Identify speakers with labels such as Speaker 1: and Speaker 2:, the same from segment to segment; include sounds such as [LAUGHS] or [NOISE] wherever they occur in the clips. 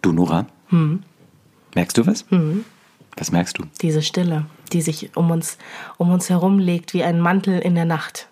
Speaker 1: Du, Nora?
Speaker 2: Hm.
Speaker 1: Merkst du was? Was merkst du?
Speaker 2: Diese Stille, die sich um uns, um uns herum legt wie ein Mantel in der Nacht.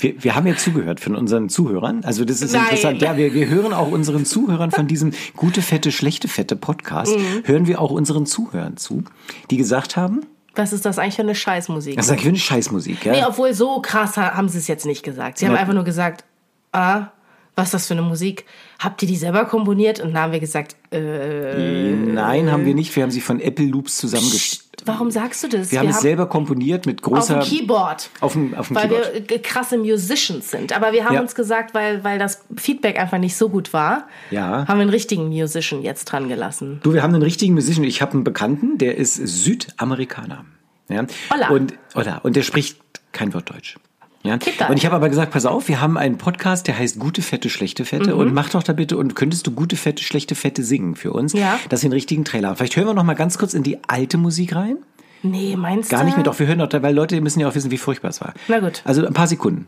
Speaker 1: Wir, wir haben ja zugehört von unseren Zuhörern. Also das ist
Speaker 2: Nein.
Speaker 1: interessant. Ja, wir, wir hören auch unseren Zuhörern von diesem gute, fette, schlechte, fette Podcast,
Speaker 2: Hm.
Speaker 1: hören wir auch unseren Zuhörern zu, die gesagt haben,
Speaker 2: Was ist das eigentlich für eine Scheißmusik?
Speaker 1: das ist eigentlich eine Scheißmusik. Ja?
Speaker 2: Nee, obwohl so krass ha- haben sie es jetzt nicht gesagt. Sie haben
Speaker 1: Ja.
Speaker 2: einfach nur gesagt, ah, was ist das für eine Musik? Habt ihr die selber komponiert? Und dann haben wir gesagt, äh,
Speaker 1: Nein, haben wir nicht. Wir haben sie von Apple Loops zusammengestellt.
Speaker 2: warum sagst du das?
Speaker 1: Wir haben es selber komponiert mit
Speaker 2: auf
Speaker 1: großer...
Speaker 2: dem Keyboard.
Speaker 1: Auf dem- auf dem
Speaker 2: weil
Speaker 1: Keyboard.
Speaker 2: wir äh, krasse Musicians sind. Aber wir haben
Speaker 1: Ja.
Speaker 2: uns gesagt, weil, weil das Feedback einfach nicht so gut war,
Speaker 1: Ja.
Speaker 2: haben wir einen richtigen Musician jetzt dran gelassen.
Speaker 1: Du, wir haben einen richtigen Musician. Ich habe einen Bekannten, der ist Südamerikaner. Ja?
Speaker 2: Hola.
Speaker 1: Und, hola. und der spricht kein Wort Deutsch. Ja?
Speaker 2: Geht da.
Speaker 1: Und ich habe aber gesagt, pass auf, wir haben einen Podcast, der heißt Gute Fette, Schlechte
Speaker 2: Mhm.
Speaker 1: Fette. Und mach doch da bitte, und könntest du Gute Fette, Schlechte Fette singen für uns?
Speaker 2: Ja.
Speaker 1: Dass wir einen richtigen Trailer haben. Vielleicht hören wir noch mal ganz kurz in die alte Musik rein.
Speaker 2: Nee, meinst du?
Speaker 1: Gar nicht mehr, doch wir hören noch, da, weil Leute müssen ja auch wissen, wie furchtbar es war.
Speaker 2: Na gut.
Speaker 1: Also ein paar Sekunden.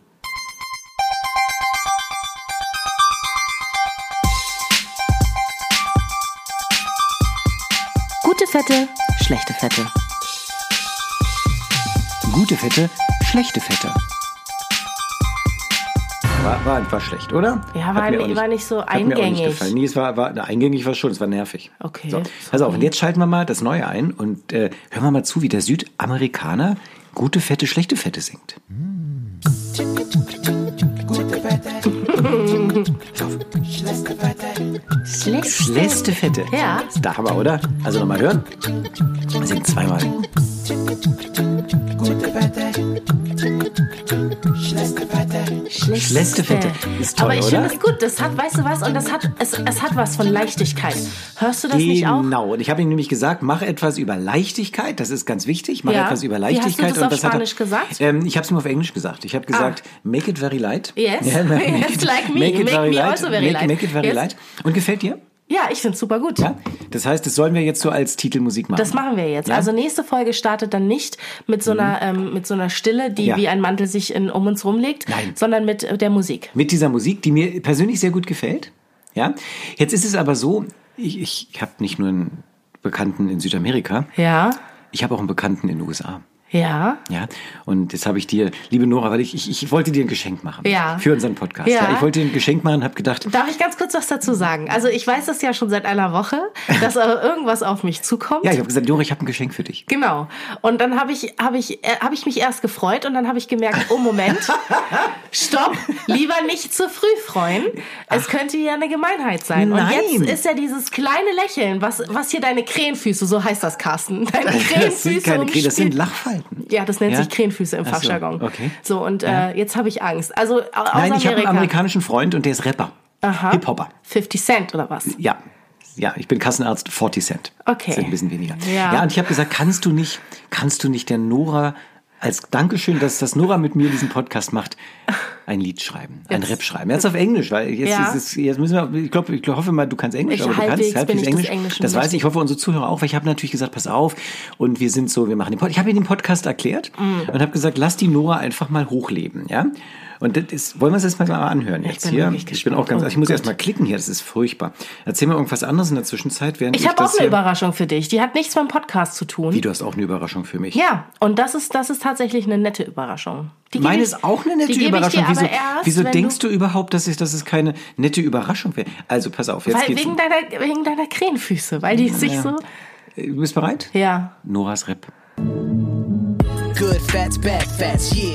Speaker 2: Gute Fette, schlechte Fette.
Speaker 1: Gute Fette, Schlechte Fette. War, war, war schlecht, oder?
Speaker 2: Ja,
Speaker 1: Hat
Speaker 2: war-
Speaker 1: mir auch
Speaker 2: war nicht so
Speaker 1: hat Mir auch nicht
Speaker 2: eingängig.
Speaker 1: gefallen. Nee, es war, war, na, eingängig war schon, es war nervig.
Speaker 2: Okay,
Speaker 1: So, pass
Speaker 2: sorry.
Speaker 1: auf, und jetzt schalten wir mal das Neue ein und äh, hören wir mal zu, wie der Südamerikaner gute Fette, schlechte Fette singt.
Speaker 2: Schlecht.
Speaker 1: Schlechte Fette.
Speaker 2: Ja.
Speaker 1: Da haben wir, oder? Also nochmal hören. Wir singen zweimal. Schlechte Fette. Äh, Ist toll,
Speaker 2: Aber ich
Speaker 1: oder?
Speaker 2: finde es gut. Das hat, weißt du was? Und das hat, es, es hat was von Leichtigkeit. Hörst du das nicht auch?
Speaker 1: Genau. Und ich habe ihm nämlich gesagt, mach etwas über Leichtigkeit. Das ist ganz wichtig. Mach
Speaker 2: Ja.
Speaker 1: etwas über
Speaker 2: Wie hast du
Speaker 1: Leichtigkeit.
Speaker 2: das auf
Speaker 1: und hat er-
Speaker 2: Spanisch gesagt? Ah.
Speaker 1: Ähm, ich habe es nur auf Englisch gesagt. Ich habe gesagt, make it very light.
Speaker 2: Yes.
Speaker 1: [LAUGHS]
Speaker 2: Yes, like me. Make me also very
Speaker 1: make,
Speaker 2: light.
Speaker 1: Make it very
Speaker 2: Yes.
Speaker 1: light. Und gefällt dir?
Speaker 2: Ja, ich finde es super gut.
Speaker 1: Ja. Das heißt, das sollen wir jetzt so als Titelmusik machen.
Speaker 2: Das machen wir jetzt.
Speaker 1: Ja? Mhm.
Speaker 2: Also nächste Folge startet dann nicht mit so einer, ähm, mit so einer Stille, die
Speaker 1: Ja.
Speaker 2: wie ein Mantel sich in, um uns rumlegt,
Speaker 1: Nein.
Speaker 2: sondern mit äh, der Musik.
Speaker 1: mit dieser Musik, die mir persönlich sehr gut gefällt. Ja. Jetzt ist es aber so, ich, ich, ich habe nicht nur einen Bekannten in Südamerika,
Speaker 2: Ja,
Speaker 1: ich habe auch einen Bekannten in den USA.
Speaker 2: ja.
Speaker 1: Ja, und jetzt habe ich dir, liebe Nora, weil ich, ich, ich wollte dir ein Geschenk machen.
Speaker 2: Ja.
Speaker 1: Für unseren Podcast. Ja.
Speaker 2: Ja.
Speaker 1: ich wollte dir ein Geschenk machen, habe gedacht,
Speaker 2: Darf ich ganz kurz was dazu sagen? Also ich weiß das ja schon seit einer Woche, dass [LAUGHS] äh, irgendwas auf mich zukommt.
Speaker 1: ja, ich habe gesagt, Nora, ich habe ein Geschenk für dich.
Speaker 2: Genau. Und dann habe ich, hab ich, äh, hab ich mich erst gefreut und dann habe ich gemerkt,
Speaker 1: [LAUGHS]
Speaker 2: oh Moment, stopp, lieber nicht zu früh freuen. Es könnte ja eine Gemeinheit sein.
Speaker 1: Nein.
Speaker 2: Und jetzt ist ja dieses kleine Lächeln, was, was hier deine Krähenfüße, so heißt das,
Speaker 1: [LAUGHS]
Speaker 2: Carsten. Deine Krähenfüße.
Speaker 1: Das sind keine Krähen, das sind
Speaker 2: umspielt-
Speaker 1: Lachfalten.
Speaker 2: ja, das nennt
Speaker 1: Ja?
Speaker 2: sich Krähenfüße im
Speaker 1: Ach so,
Speaker 2: Fachjargon.
Speaker 1: okay.
Speaker 2: So, und äh, jetzt habe ich Angst. Also, au- aus
Speaker 1: Nein, ich habe einen
Speaker 2: Amerika.
Speaker 1: amerikanischen Freund und der ist Rapper.
Speaker 2: Aha.
Speaker 1: Hip-Hopper.
Speaker 2: 50 Cent oder was?
Speaker 1: Ja. Ja, ich bin Kassenarzt 40 Cent.
Speaker 2: Okay.
Speaker 1: Sind ein bisschen weniger.
Speaker 2: Ja.
Speaker 1: ja und ich habe gesagt, kannst du nicht, kannst du nicht der Nora als Dankeschön, dass das Nora mit mir diesen Podcast macht, ein Lied schreiben, ein
Speaker 2: Jetzt-
Speaker 1: Rap schreiben. Jetzt auf Englisch, weil jetzt,
Speaker 2: Ja.
Speaker 1: ist es, jetzt müssen wir, ich glaube, ich hoffe mal, du kannst Englisch,
Speaker 2: Ich
Speaker 1: aber du kannst
Speaker 2: halbwegs bin ich des
Speaker 1: Englisch.
Speaker 2: Englischen
Speaker 1: das weiß
Speaker 2: mächtig.
Speaker 1: ich, ich hoffe unsere Zuhörer auch, weil ich habe natürlich gesagt, pass auf und wir sind so, wir machen den Podcast. Ich habe ihr den Podcast erklärt
Speaker 2: Mm.
Speaker 1: und habe gesagt, lass die Nora einfach mal hochleben, ja? Und das ist, wollen wir es jetzt mal anhören jetzt
Speaker 2: bin
Speaker 1: hier?
Speaker 2: wirklich
Speaker 1: Ich bin
Speaker 2: gespannt.
Speaker 1: auch ganz,
Speaker 2: Oh
Speaker 1: ich muss
Speaker 2: Gott.
Speaker 1: erst mal klicken hier, das ist furchtbar. Erzähl mir irgendwas anderes in der Zwischenzeit, während ich,
Speaker 2: Ich habe
Speaker 1: das
Speaker 2: auch eine
Speaker 1: hier-
Speaker 2: Überraschung für dich. Die hat nichts mit dem Podcast zu tun.
Speaker 1: Wie, du hast auch eine Überraschung für mich.
Speaker 2: Ja, und das ist, das ist tatsächlich eine nette Überraschung. Die gebe
Speaker 1: Meine
Speaker 2: ich-
Speaker 1: ist auch eine nette
Speaker 2: die gebe
Speaker 1: Überraschung.
Speaker 2: Ich dir
Speaker 1: Wieso,
Speaker 2: aber erst,
Speaker 1: wieso
Speaker 2: wenn
Speaker 1: denkst du, überhaupt, dass es, dass es keine nette Überraschung wäre? Also pass auf, jetzt
Speaker 2: Weil,
Speaker 1: geht's.
Speaker 2: wegen, deiner, wegen deiner Krähenfüße, weil die sich
Speaker 1: Ja.
Speaker 2: so.
Speaker 1: Du Äh, bist bereit?
Speaker 2: Ja.
Speaker 1: Noras Rap.
Speaker 3: Good fats, bad fats, yeah,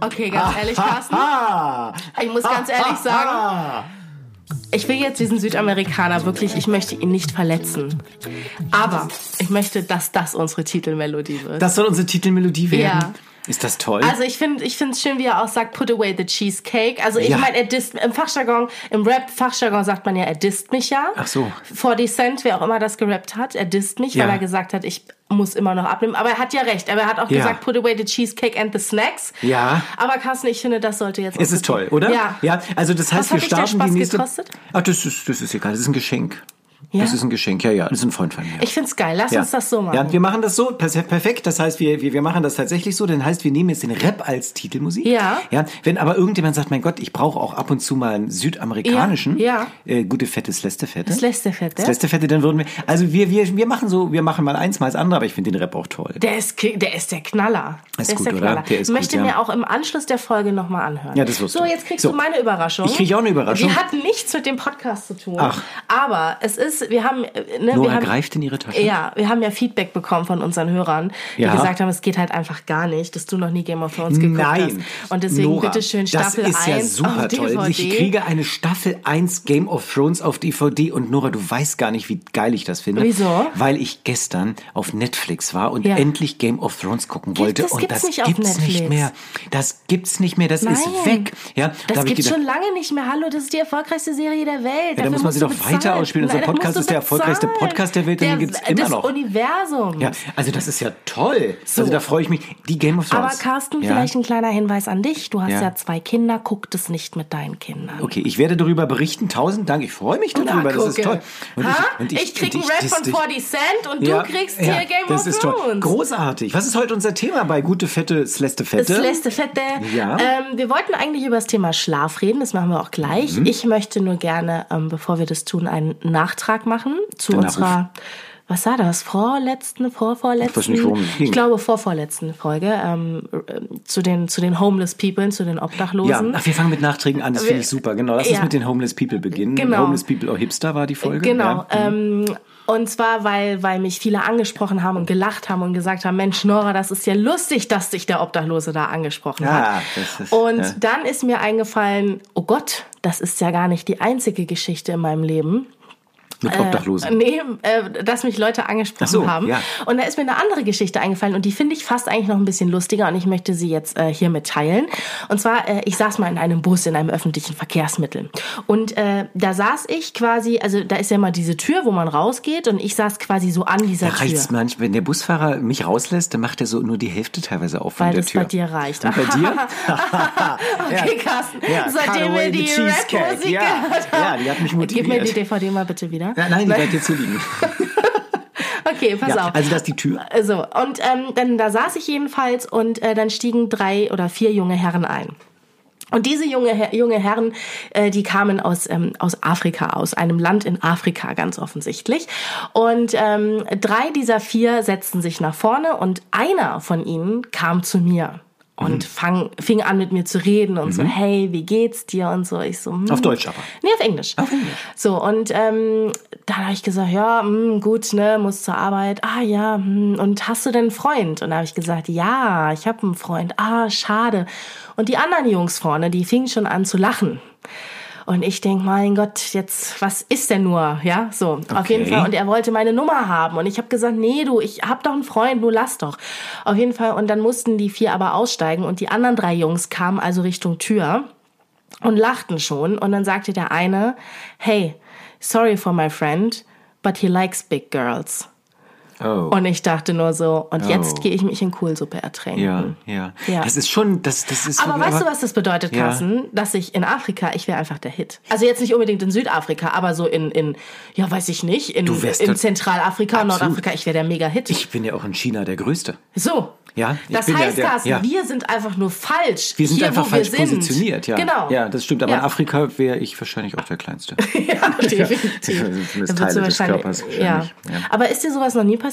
Speaker 2: Okay, ganz ehrlich, Carsten.
Speaker 1: Ah!
Speaker 2: Ich muss ganz ehrlich
Speaker 1: [LAUGHS]
Speaker 2: sagen, ich will jetzt diesen Südamerikaner wirklich, ich möchte ihn nicht verletzen. Aber ich möchte, dass das unsere Titelmelodie wird.
Speaker 1: Das soll unsere Titelmelodie werden.
Speaker 2: Ja.
Speaker 1: Ist das toll?
Speaker 2: Also ich finde ich finde es schön, wie er auch sagt, put away the cheesecake. Also ich
Speaker 1: Ja.
Speaker 2: meine, er disst, im Fachjargon, im Rap-Fachjargon sagt man ja, er disst mich ja.
Speaker 1: Ach so.
Speaker 2: 40 Cent, wer auch immer das gerappt hat, er disst mich,
Speaker 1: Ja.
Speaker 2: weil er gesagt hat, ich muss immer noch abnehmen. Aber er hat ja recht. Aber er hat auch
Speaker 1: Ja.
Speaker 2: gesagt, put away the cheesecake and the snacks.
Speaker 1: Ja.
Speaker 2: Aber Carsten, ich finde, das sollte jetzt...
Speaker 1: es ist toll, oder?
Speaker 2: Ja.
Speaker 1: ja also das heißt,
Speaker 2: hat
Speaker 1: wir
Speaker 2: dich der
Speaker 1: starten
Speaker 2: Spaß
Speaker 1: die nächste.
Speaker 2: gekostet?
Speaker 1: Ach, das ist, das ist egal. Das ist ein Geschenk.
Speaker 2: Ja?
Speaker 1: Das ist ein Geschenk. Ja, ja. Das ist ein Freund von mir.
Speaker 2: Ich finde es geil. Lass uns das so machen.
Speaker 1: Ja, wir machen das so, perse- perfekt. Das heißt, wir, wir, wir machen das tatsächlich so. Dann heißt, wir nehmen jetzt den Rap als Titelmusik.
Speaker 2: Ja.
Speaker 1: ja wenn aber irgendjemand sagt, mein Gott, ich brauche auch ab und zu mal einen südamerikanischen.
Speaker 2: Ja,
Speaker 1: Äh, gute Fette, Sleste Fette.
Speaker 2: Sleste Fette.
Speaker 1: Sleste Fette, dann würden wir, also wir, wir, wir machen so, wir machen mal eins, mal das andere, aber ich finde den Rap auch toll.
Speaker 2: Der ist, ki- der ist der Knaller.
Speaker 1: Ist
Speaker 2: der
Speaker 1: gut,
Speaker 2: ist der
Speaker 1: oder?
Speaker 2: Knaller.
Speaker 1: Der ist
Speaker 2: ich möchte
Speaker 1: gut, ja.
Speaker 2: mir auch im Anschluss der Folge nochmal anhören.
Speaker 1: Ja, das wirst
Speaker 2: So,
Speaker 1: du.
Speaker 2: jetzt kriegst
Speaker 1: So.
Speaker 2: du meine Überraschung.
Speaker 1: Ich krieg auch eine Überraschung.
Speaker 2: Die hat nichts mit dem Podcast zu tun.
Speaker 1: Ach.
Speaker 2: Aber es ist, wir haben... äh, Ne, wir
Speaker 1: Nora
Speaker 2: haben,
Speaker 1: greift in ihre Tasche.
Speaker 2: Ja, wir haben ja Feedback bekommen von unseren Hörern, die
Speaker 1: Ja.
Speaker 2: gesagt haben, es geht halt einfach gar nicht, dass du noch nie Game of Thrones geguckt
Speaker 1: Nein.
Speaker 2: hast. Und deswegen
Speaker 1: Nora,
Speaker 2: bitte schön Staffel
Speaker 1: Das ist
Speaker 2: 1
Speaker 1: ja super
Speaker 2: auf DVD.
Speaker 1: toll. Ich kriege eine Staffel 1 Game of Thrones auf DVD und Nora, du weißt gar nicht, wie geil ich das finde.
Speaker 2: Wieso?
Speaker 1: Weil ich gestern auf Netflix war und
Speaker 2: Ja.
Speaker 1: endlich Game of Thrones gucken wollte
Speaker 2: das
Speaker 1: und
Speaker 2: gibt's
Speaker 1: das
Speaker 2: nicht auf
Speaker 1: gibt's nicht
Speaker 2: Netflix.
Speaker 1: mehr. Das gibt's nicht mehr, das ist
Speaker 2: Nein.
Speaker 1: weg. Ja, da
Speaker 2: Das
Speaker 1: hab ich
Speaker 2: gibt's
Speaker 1: gedacht,
Speaker 2: schon lange nicht mehr. Hallo, das ist die erfolgreichste Serie der Welt.
Speaker 1: Ja, dann
Speaker 2: Dafür
Speaker 1: muss man sie
Speaker 2: musst du
Speaker 1: doch weiter
Speaker 2: bezahlen.
Speaker 1: ausspielen. Unser
Speaker 2: Nein, dann
Speaker 1: Podcast
Speaker 2: musst
Speaker 1: ist
Speaker 2: du
Speaker 1: der erfolgreichste
Speaker 2: bezahlen.
Speaker 1: Podcast der Welt, den gibt's immer
Speaker 2: des
Speaker 1: noch.
Speaker 2: Universum.
Speaker 1: ja, also das ist ja toll. Also da freue ich mich. Die Game of
Speaker 2: Aber
Speaker 1: Thrones.
Speaker 2: Carsten,
Speaker 1: Ja.
Speaker 2: vielleicht ein kleiner Hinweis an dich. Du hast
Speaker 1: Ja.
Speaker 2: ja, zwei Kinder, guck das nicht mit deinen Kindern.
Speaker 1: Okay, ich werde darüber berichten. Tausend Dank. Ich freue mich
Speaker 2: Na,
Speaker 1: darüber. das ist
Speaker 2: gucke.
Speaker 1: toll.
Speaker 2: ha? ich, krieg einen Rap von
Speaker 1: disste-
Speaker 2: 40 Cent und
Speaker 1: Ja,
Speaker 2: du kriegst
Speaker 1: ja,
Speaker 2: hier Game
Speaker 1: das
Speaker 2: of
Speaker 1: ist Toll.
Speaker 2: Thrones.
Speaker 1: Großartig. Was ist heute unser Thema bei Gute Fette, Sleste
Speaker 2: Das
Speaker 1: Fette?
Speaker 2: lässt fette.
Speaker 1: Ja.
Speaker 2: Ähm, wir wollten eigentlich über das Thema Schlaf reden, das machen wir auch gleich.
Speaker 1: Mhm.
Speaker 2: Ich möchte nur gerne, ähm, bevor wir das tun, einen Nachtrag machen zu
Speaker 1: Der Nachruf.
Speaker 2: unserer, was war das, vorletzten, vorvorletzten?
Speaker 1: Ich weiß nicht, worum es ging.
Speaker 2: Ich glaube, vorvorletzten Folge ähm, äh, zu, den, zu den Homeless People, zu den
Speaker 1: ja,
Speaker 2: Obdachlosen.
Speaker 1: ach, wir fangen mit Nachträgen an, das finde
Speaker 2: Wir-
Speaker 1: ich super. Genau, lass uns
Speaker 2: ja.
Speaker 1: mit den Homeless People beginnen.
Speaker 2: Genau.
Speaker 1: Homeless People or Hipster war die Folge.
Speaker 2: Genau.
Speaker 1: Ja. Mhm.
Speaker 2: Ähm, und zwar, weil, weil mich viele angesprochen haben und gelacht haben und gesagt haben, Mensch, Nora, das ist ja lustig, dass dich der Obdachlose da angesprochen
Speaker 1: Ja,
Speaker 2: hat.
Speaker 1: das ist-
Speaker 2: und
Speaker 1: ja.
Speaker 2: dann ist mir eingefallen, oh Gott, das ist ja gar nicht die einzige Geschichte in meinem Leben.
Speaker 1: Mit Obdachlosen.
Speaker 2: Äh, Nee, äh, dass mich Leute angesprochen
Speaker 1: Ach so,
Speaker 2: haben.
Speaker 1: ja.
Speaker 2: Und da ist mir eine andere Geschichte eingefallen und die finde ich fast eigentlich noch ein bisschen lustiger und ich möchte sie jetzt äh, hier mitteilen. Und zwar, äh, ich saß mal in einem Bus in einem öffentlichen Verkehrsmittel und äh, da saß ich quasi, also da ist ja immer diese Tür, wo man rausgeht und ich saß quasi so an dieser
Speaker 1: da reicht es
Speaker 2: Tür.
Speaker 1: manchmal, wenn der Busfahrer mich rauslässt, dann macht er so nur die Hälfte teilweise auf von
Speaker 2: Weil
Speaker 1: der
Speaker 2: das
Speaker 1: Tür.
Speaker 2: bei dir reicht.
Speaker 1: Und bei dir?
Speaker 2: [LAUGHS]
Speaker 1: [LAUGHS]
Speaker 2: Okay,
Speaker 1: Ja.
Speaker 2: Carsten,
Speaker 1: Ja,
Speaker 2: seitdem
Speaker 1: Cutaway
Speaker 2: wir
Speaker 1: the
Speaker 2: die
Speaker 1: Cheesecake,
Speaker 2: Rap-Musik
Speaker 1: ja.
Speaker 2: gehört haben.
Speaker 1: Ja, die hat mich motiviert.
Speaker 2: Gib mir die DVD mal bitte wieder.
Speaker 1: Ja, nein, die bleibt jetzt hier liegen.
Speaker 2: Okay, pass
Speaker 1: Ja,
Speaker 2: auf.
Speaker 1: also das ist die Tür.
Speaker 2: So, und ähm, dann da saß ich jedenfalls und äh, dann stiegen drei oder vier junge Herren ein. Und diese junge, Her- junge Herren, äh, die kamen aus, ähm, aus Afrika, aus einem Land in Afrika ganz offensichtlich. Und ähm, drei dieser vier setzten sich nach vorne und einer von ihnen kam zu mir
Speaker 1: Mhm.
Speaker 2: und fang, fing an mit mir zu reden und so, hey, wie geht's dir und so. Ich so, hm.
Speaker 1: Auf Deutsch aber.
Speaker 2: Nee, auf Englisch. So, und ähm, dann habe ich gesagt, ja, hm, gut, ne, muss zur Arbeit. Ah ja, hm, und hast du denn einen Freund? Und da habe ich gesagt, ja, ich habe einen Freund. Ah, schade. Und die anderen Jungs vorne, die fingen schon an zu lachen. Und ich denk, mein Gott, jetzt, was ist denn nur? Ja, so, auf
Speaker 1: Okay.
Speaker 2: jeden Fall. Und er wollte meine Nummer haben. Und ich habe gesagt, nee, du, ich hab doch einen Freund, du lass doch. Auf jeden Fall. Und dann mussten die vier aber aussteigen. Und die anderen drei Jungs kamen also Richtung Tür und lachten schon. Und dann sagte der eine, hey, sorry for my friend, but he likes big girls.
Speaker 1: Oh.
Speaker 2: Und ich dachte nur so, und
Speaker 1: Oh.
Speaker 2: jetzt gehe ich mich in Kohlsuppe ertränken.
Speaker 1: ja, ja,
Speaker 2: Ja.
Speaker 1: Das ist schon, das, das ist
Speaker 2: Aber
Speaker 1: wirklich-
Speaker 2: weißt du, was das bedeutet,
Speaker 1: Ja.
Speaker 2: Carsten? Dass ich in Afrika, ich wäre einfach der Hit. Also jetzt nicht unbedingt in Südafrika, aber so in, in ja, weiß ich nicht, in,
Speaker 1: Du wärst
Speaker 2: in
Speaker 1: tot-
Speaker 2: Zentralafrika und
Speaker 1: Absolut.
Speaker 2: Nordafrika, ich wäre der Mega-Hit.
Speaker 1: Ich bin ja auch in China der Größte.
Speaker 2: So.
Speaker 1: Ja, ich
Speaker 2: das
Speaker 1: bin ja
Speaker 2: heißt,
Speaker 1: der-
Speaker 2: Carsten,
Speaker 1: ja.
Speaker 2: wir sind einfach nur falsch.
Speaker 1: Wir sind
Speaker 2: hier,
Speaker 1: einfach
Speaker 2: wo
Speaker 1: falsch
Speaker 2: wir sind.
Speaker 1: positioniert, ja.
Speaker 2: Genau.
Speaker 1: Ja, das stimmt. Aber
Speaker 2: Ja.
Speaker 1: in Afrika wäre ich wahrscheinlich auch der
Speaker 2: [LAUGHS]
Speaker 1: Kleinste.
Speaker 2: Ja, definitiv.
Speaker 1: Ja, das sind Teile
Speaker 2: Da würdest du
Speaker 1: des
Speaker 2: wahrscheinlich-
Speaker 1: Körpers
Speaker 2: ja.
Speaker 1: wahrscheinlich, ja.
Speaker 2: Aber ist dir sowas noch nie passiert?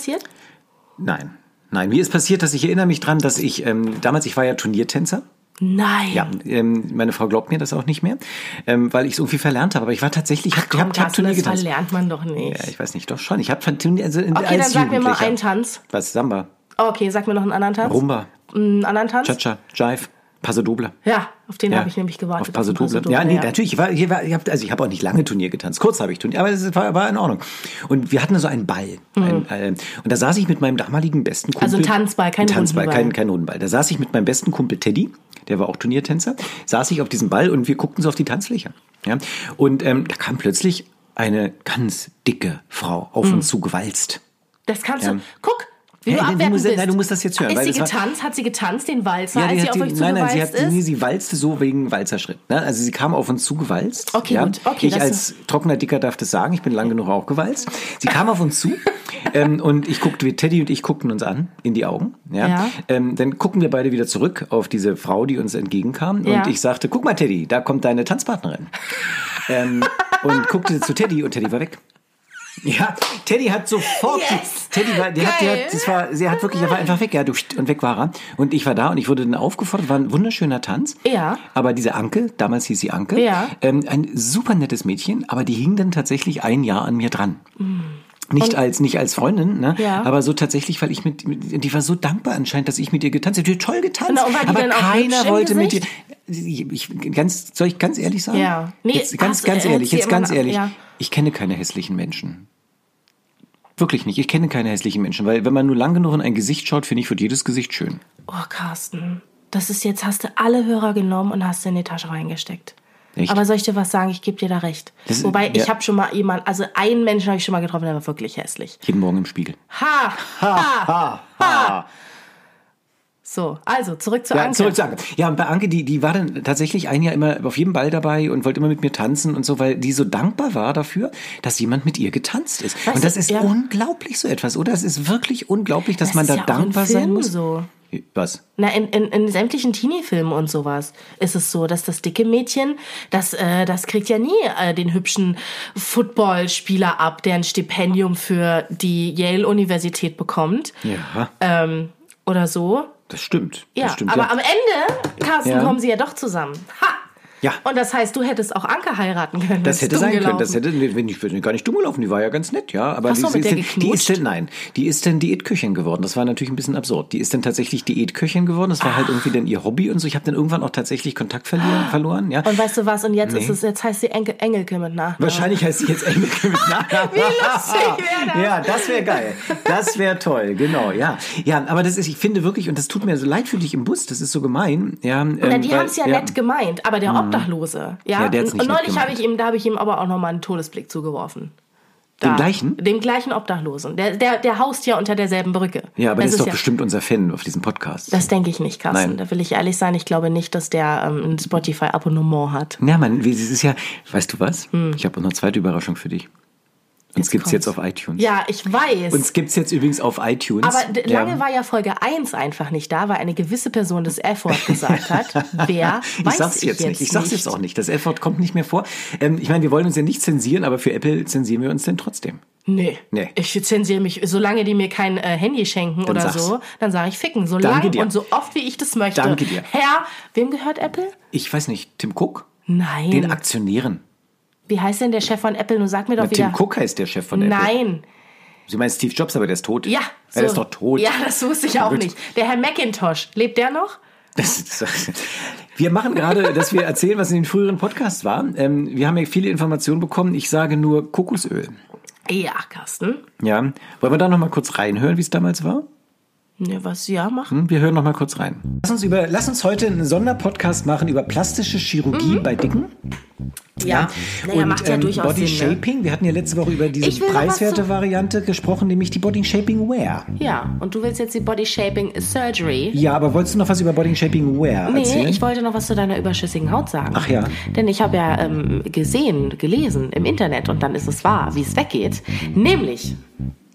Speaker 1: Nein. Nein, mir ist passiert, dass ich erinnere mich dran, dass ich ähm, damals, ich war ja Turniertänzer.
Speaker 2: Nein.
Speaker 1: Ja, ähm, meine Frau glaubt mir das auch nicht mehr, ähm, weil ich es irgendwie verlernt habe. Aber ich war tatsächlich, ich
Speaker 2: Komm,
Speaker 1: habe hab
Speaker 2: Carsten,
Speaker 1: Turnier
Speaker 2: das
Speaker 1: getanzt.
Speaker 2: verlernt man doch nicht.
Speaker 1: Ja, ich weiß nicht, doch schon. Ich habe Turnier, also in,
Speaker 2: Okay,
Speaker 1: als
Speaker 2: dann sag mir mal
Speaker 1: Jugendlicher.
Speaker 2: einen Tanz.
Speaker 1: Was, Samba,
Speaker 2: okay, sag mir noch einen anderen Tanz.
Speaker 1: Rumba,
Speaker 2: Einen anderen Tanz?
Speaker 1: Cha-Cha, Jive. Paso Doble.
Speaker 2: Ja, auf den
Speaker 1: Ja.
Speaker 2: habe ich nämlich gewartet.
Speaker 1: Auf Paso
Speaker 2: den Paso
Speaker 1: Doble. Ja, nee,
Speaker 2: ja.
Speaker 1: natürlich. Ich war, ich war, ich hab, also ich habe auch nicht lange Turnier getanzt. Kurz habe ich Turnier, aber es war, war in Ordnung. Und wir hatten so einen Ball. Ein, ähm, und da saß ich mit meinem damaligen besten Kumpel.
Speaker 2: Mhm. Also ein Tanzball, kein
Speaker 1: Ein Tanzball,
Speaker 2: Rundenball.
Speaker 1: kein, kein Rundenball. Da saß ich mit meinem besten Kumpel Teddy, der war auch Turniertänzer, saß ich auf diesem Ball und wir guckten so auf die Tanzfläche. Ja? Und ähm, da kam plötzlich eine ganz dicke Frau
Speaker 2: Mhm.
Speaker 1: auf uns zugewalzt.
Speaker 2: Das kannst
Speaker 1: Ja.
Speaker 2: du. Guck, wie
Speaker 1: Ja,
Speaker 2: du
Speaker 1: du
Speaker 2: abwerten
Speaker 1: musst-
Speaker 2: bist.
Speaker 1: nein, du musst das jetzt hören,
Speaker 2: Ist
Speaker 1: weil
Speaker 2: sie
Speaker 1: das war-
Speaker 2: getanzt? Hat sie getanzt den Walzer,
Speaker 1: die
Speaker 2: als sie
Speaker 1: hat
Speaker 2: auf
Speaker 1: die-
Speaker 2: euch
Speaker 1: nein, nein, sie
Speaker 2: zugewalzt
Speaker 1: hat, nee,
Speaker 2: ist?
Speaker 1: sie walzte so wegen Walzerschritt. Ne? Also sie kam auf uns zugewalzt.
Speaker 2: Okay,
Speaker 1: ja?
Speaker 2: gut. Okay,
Speaker 1: ich
Speaker 2: das-
Speaker 1: als trockener Dicker darf das sagen, ich bin lang genug auch gewalzt. Sie kam auf uns zu ähm, und ich guckte, wir- Teddy und ich guckten uns an, in die Augen. Ja?
Speaker 2: Ja.
Speaker 1: Ähm, dann gucken wir beide wieder zurück auf diese Frau, die uns entgegenkam.
Speaker 2: Ja.
Speaker 1: Und ich sagte, guck mal Teddy, da kommt deine Tanzpartnerin. ähm, und guckte zu Teddy und Teddy war weg. Ja, Teddy hat sofort.
Speaker 2: Yes!
Speaker 1: Teddy war, der hat, der
Speaker 2: Geil.
Speaker 1: hat, das war, sie hat wirklich, er war einfach weg, ja, du, und weg war er. Und ich war da und ich wurde dann aufgefordert, war ein wunderschöner Tanz.
Speaker 2: Ja.
Speaker 1: Aber diese Anke, damals hieß sie Anke,
Speaker 2: Ja.
Speaker 1: ähm, ein super nettes Mädchen, aber die hing dann tatsächlich ein Jahr an mir dran. Nicht als, nicht als Freundin, ne?
Speaker 2: Mm. Ja.
Speaker 1: aber so tatsächlich, weil ich mit, mit, die war so dankbar anscheinend, dass ich mit ihr getanzt habe. Die hat toll getanzt,
Speaker 2: Na, Genau, und war die
Speaker 1: aber
Speaker 2: dann auch hübsch
Speaker 1: keiner
Speaker 2: im
Speaker 1: wollte mit ihr.
Speaker 2: Gesicht?
Speaker 1: Ich, ganz, soll ich ganz ehrlich sagen?
Speaker 2: Ja. Nee,
Speaker 1: jetzt, ganz,
Speaker 2: hast-
Speaker 1: ganz
Speaker 2: äh,
Speaker 1: ehrlich,
Speaker 2: hat sie
Speaker 1: jetzt ganz
Speaker 2: immer-
Speaker 1: ehrlich.
Speaker 2: ja.
Speaker 1: Ich kenne keine hässlichen Menschen. Wirklich nicht. Ich kenne keine hässlichen Menschen, weil wenn man nur lang genug in ein Gesicht schaut, finde ich, wird jedes Gesicht schön.
Speaker 2: Oh, Carsten, das ist jetzt, hast du alle Hörer genommen und hast sie in die Tasche reingesteckt.
Speaker 1: Echt?
Speaker 2: Aber soll ich dir was sagen? Ich gebe dir da recht.
Speaker 1: Das-
Speaker 2: Wobei,
Speaker 1: ja.
Speaker 2: ich habe schon mal jemand, also einen Menschen habe ich schon mal getroffen, der war wirklich hässlich.
Speaker 1: Jeden Morgen im Spiegel.
Speaker 2: Ha! Ha! Ha! So, also zurück zu
Speaker 1: Ja,
Speaker 2: Anke.
Speaker 1: zurück zu Anke. Ja, und bei Anke, die, die war dann tatsächlich ein Jahr immer auf jedem Ball dabei und wollte immer mit mir tanzen und so, weil die so dankbar war dafür, dass jemand mit ihr getanzt ist.
Speaker 2: Weißt
Speaker 1: und das
Speaker 2: du,
Speaker 1: ist
Speaker 2: ja.
Speaker 1: unglaublich so etwas, oder? Es ist wirklich unglaublich, dass
Speaker 2: Das
Speaker 1: man
Speaker 2: ist
Speaker 1: da
Speaker 2: ja auch in
Speaker 1: dankbar sein
Speaker 2: Filmen
Speaker 1: muss.
Speaker 2: so.
Speaker 1: Was?
Speaker 2: Na, in, in, in sämtlichen Teenie-Filmen und sowas ist es so, dass das dicke Mädchen, das, äh, das kriegt ja nie äh, den hübschen Footballspieler ab, der ein Stipendium für die Yale-Universität bekommt
Speaker 1: Ja,
Speaker 2: ähm, oder so.
Speaker 1: das stimmt.
Speaker 2: Ja,
Speaker 1: das stimmt,
Speaker 2: aber am Ende, Carsten,
Speaker 1: Ja.
Speaker 2: kommen sie ja doch zusammen. Ha!
Speaker 1: Ja.
Speaker 2: Und das heißt, du hättest auch Anke heiraten können.
Speaker 1: Das
Speaker 2: Ist
Speaker 1: hätte
Speaker 2: dumm
Speaker 1: sein können.
Speaker 2: gelaufen.
Speaker 1: Das hätte, nee, wenn ich bin gar nicht dumm gelaufen. Die war ja ganz nett, ja. Aber
Speaker 2: Hast
Speaker 1: die,
Speaker 2: du auch mit
Speaker 1: ist
Speaker 2: der
Speaker 1: denn, die ist
Speaker 2: geknutscht?
Speaker 1: denn, nein, die ist denn Diätköchin geworden. Das war natürlich ein bisschen absurd. Die ist dann tatsächlich Diätköchin geworden. Das war
Speaker 2: Ah.
Speaker 1: halt irgendwie dann ihr Hobby und so. Ich habe dann irgendwann auch tatsächlich Kontakt verlieren, verloren, ja.
Speaker 2: Und weißt du was? Und jetzt
Speaker 1: Nee.
Speaker 2: ist es, jetzt heißt sie Enkel, Engelke mit Nachnamen.
Speaker 1: Wahrscheinlich heißt sie jetzt Engelke mit
Speaker 2: [LAUGHS]
Speaker 1: Nachnamen. Wie
Speaker 2: lustig wär das?
Speaker 1: Ja, das wäre geil. Das wäre toll, genau, ja. Ja, aber das ist, ich finde wirklich, und das tut mir so leid für dich im Bus, das ist so gemein. Ja, ähm,
Speaker 2: Na, die
Speaker 1: weil-
Speaker 2: haben es ja, nett gemeint, aber der Obdachlose, ja.
Speaker 1: Ja, der hat's
Speaker 2: und,
Speaker 1: nicht
Speaker 2: und
Speaker 1: nett
Speaker 2: neulich habe
Speaker 1: gemeint.
Speaker 2: ich ihm, da habe ich ihm aber auch nochmal einen Todesblick zugeworfen. Da.
Speaker 1: Dem gleichen?
Speaker 2: Dem gleichen Obdachlosen. Der, der, der haust ja unter derselben Brücke.
Speaker 1: Ja, aber
Speaker 2: das
Speaker 1: das, ist doch bestimmt unser Fan auf diesem Podcast.
Speaker 2: Das denke ich nicht, Carsten.
Speaker 1: Nein.
Speaker 2: Da will ich ehrlich sein. Ich glaube nicht, dass der ähm, ein Spotify-Abonnement hat.
Speaker 1: Na, man, wie- es ist ja, weißt du was?
Speaker 2: Hm.
Speaker 1: Ich habe noch eine zweite Überraschung für dich. Uns gibt's jetzt auf iTunes.
Speaker 2: Ja, ich weiß.
Speaker 1: Uns gibt's jetzt übrigens auf iTunes.
Speaker 2: aber d- lange
Speaker 1: ja.
Speaker 2: war ja Folge 1 einfach nicht da, weil eine gewisse Person das F-Wort
Speaker 1: [LAUGHS]
Speaker 2: gesagt hat. Wer weiß
Speaker 1: ich sag's
Speaker 2: ich
Speaker 1: jetzt nicht. Ich sag's jetzt auch nicht. Das F-Wort kommt nicht mehr vor. Ähm, ich meine, wir wollen uns ja nicht zensieren, aber für Apple zensieren wir uns denn trotzdem.
Speaker 2: Nee.
Speaker 1: Nee.
Speaker 2: Ich zensiere mich, solange die mir kein äh, Handy schenken oder
Speaker 1: sag's.
Speaker 2: so, dann sage ich ficken. So
Speaker 1: Danke
Speaker 2: lang
Speaker 1: dir.
Speaker 2: und so oft, wie ich das möchte.
Speaker 1: Danke dir.
Speaker 2: Herr, wem gehört Apple?
Speaker 1: Ich weiß nicht, Tim Cook?
Speaker 2: Nein.
Speaker 1: Den Aktionären.
Speaker 2: wie heißt denn der Chef von Apple? Nun sag mir doch
Speaker 1: Na,
Speaker 2: wieder.
Speaker 1: Tim Cook heißt der Chef von Apple.
Speaker 2: Nein.
Speaker 1: Sie meinen Steve Jobs, aber der ist tot.
Speaker 2: Ja.
Speaker 1: Er ist doch tot.
Speaker 2: Ja, das wusste ich auch
Speaker 1: Gut.
Speaker 2: nicht. Der Herr Macintosh, lebt der noch?
Speaker 1: [LAUGHS] Das ist, wir machen gerade, dass wir erzählen, was in den früheren Podcasts war. Ähm, wir haben ja viele Informationen bekommen. Ich sage nur Kokosöl.
Speaker 2: Ja, Carsten.
Speaker 1: Ja, wollen wir da noch mal kurz reinhören, wie es damals war?
Speaker 2: Ne, was ja machen.
Speaker 1: Hm, Wir hören noch mal kurz rein. Lass uns, über, lass uns heute einen Sonderpodcast machen über plastische Chirurgie bei Dicken.
Speaker 2: Ja. Naja, macht Mhm. ja
Speaker 1: ähm,
Speaker 2: durchaus
Speaker 1: Body
Speaker 2: Sinn. Ne?
Speaker 1: Shaping. Wir hatten ja letzte Woche über
Speaker 2: Ich
Speaker 1: diese
Speaker 2: will noch was
Speaker 1: preiswerte
Speaker 2: zu-
Speaker 1: Variante gesprochen, nämlich die Body Shaping Wear.
Speaker 2: Ja, und du willst jetzt die Body Shaping Surgery.
Speaker 1: Ja, aber wolltest du noch was über Body Shaping Wear
Speaker 2: Nee,
Speaker 1: erzählen?
Speaker 2: ich wollte noch was zu deiner überschüssigen Haut sagen.
Speaker 1: Ach ja.
Speaker 2: Denn ich habe ja ähm, gesehen, gelesen im Internet und dann ist es wahr, wie es weggeht. Nämlich,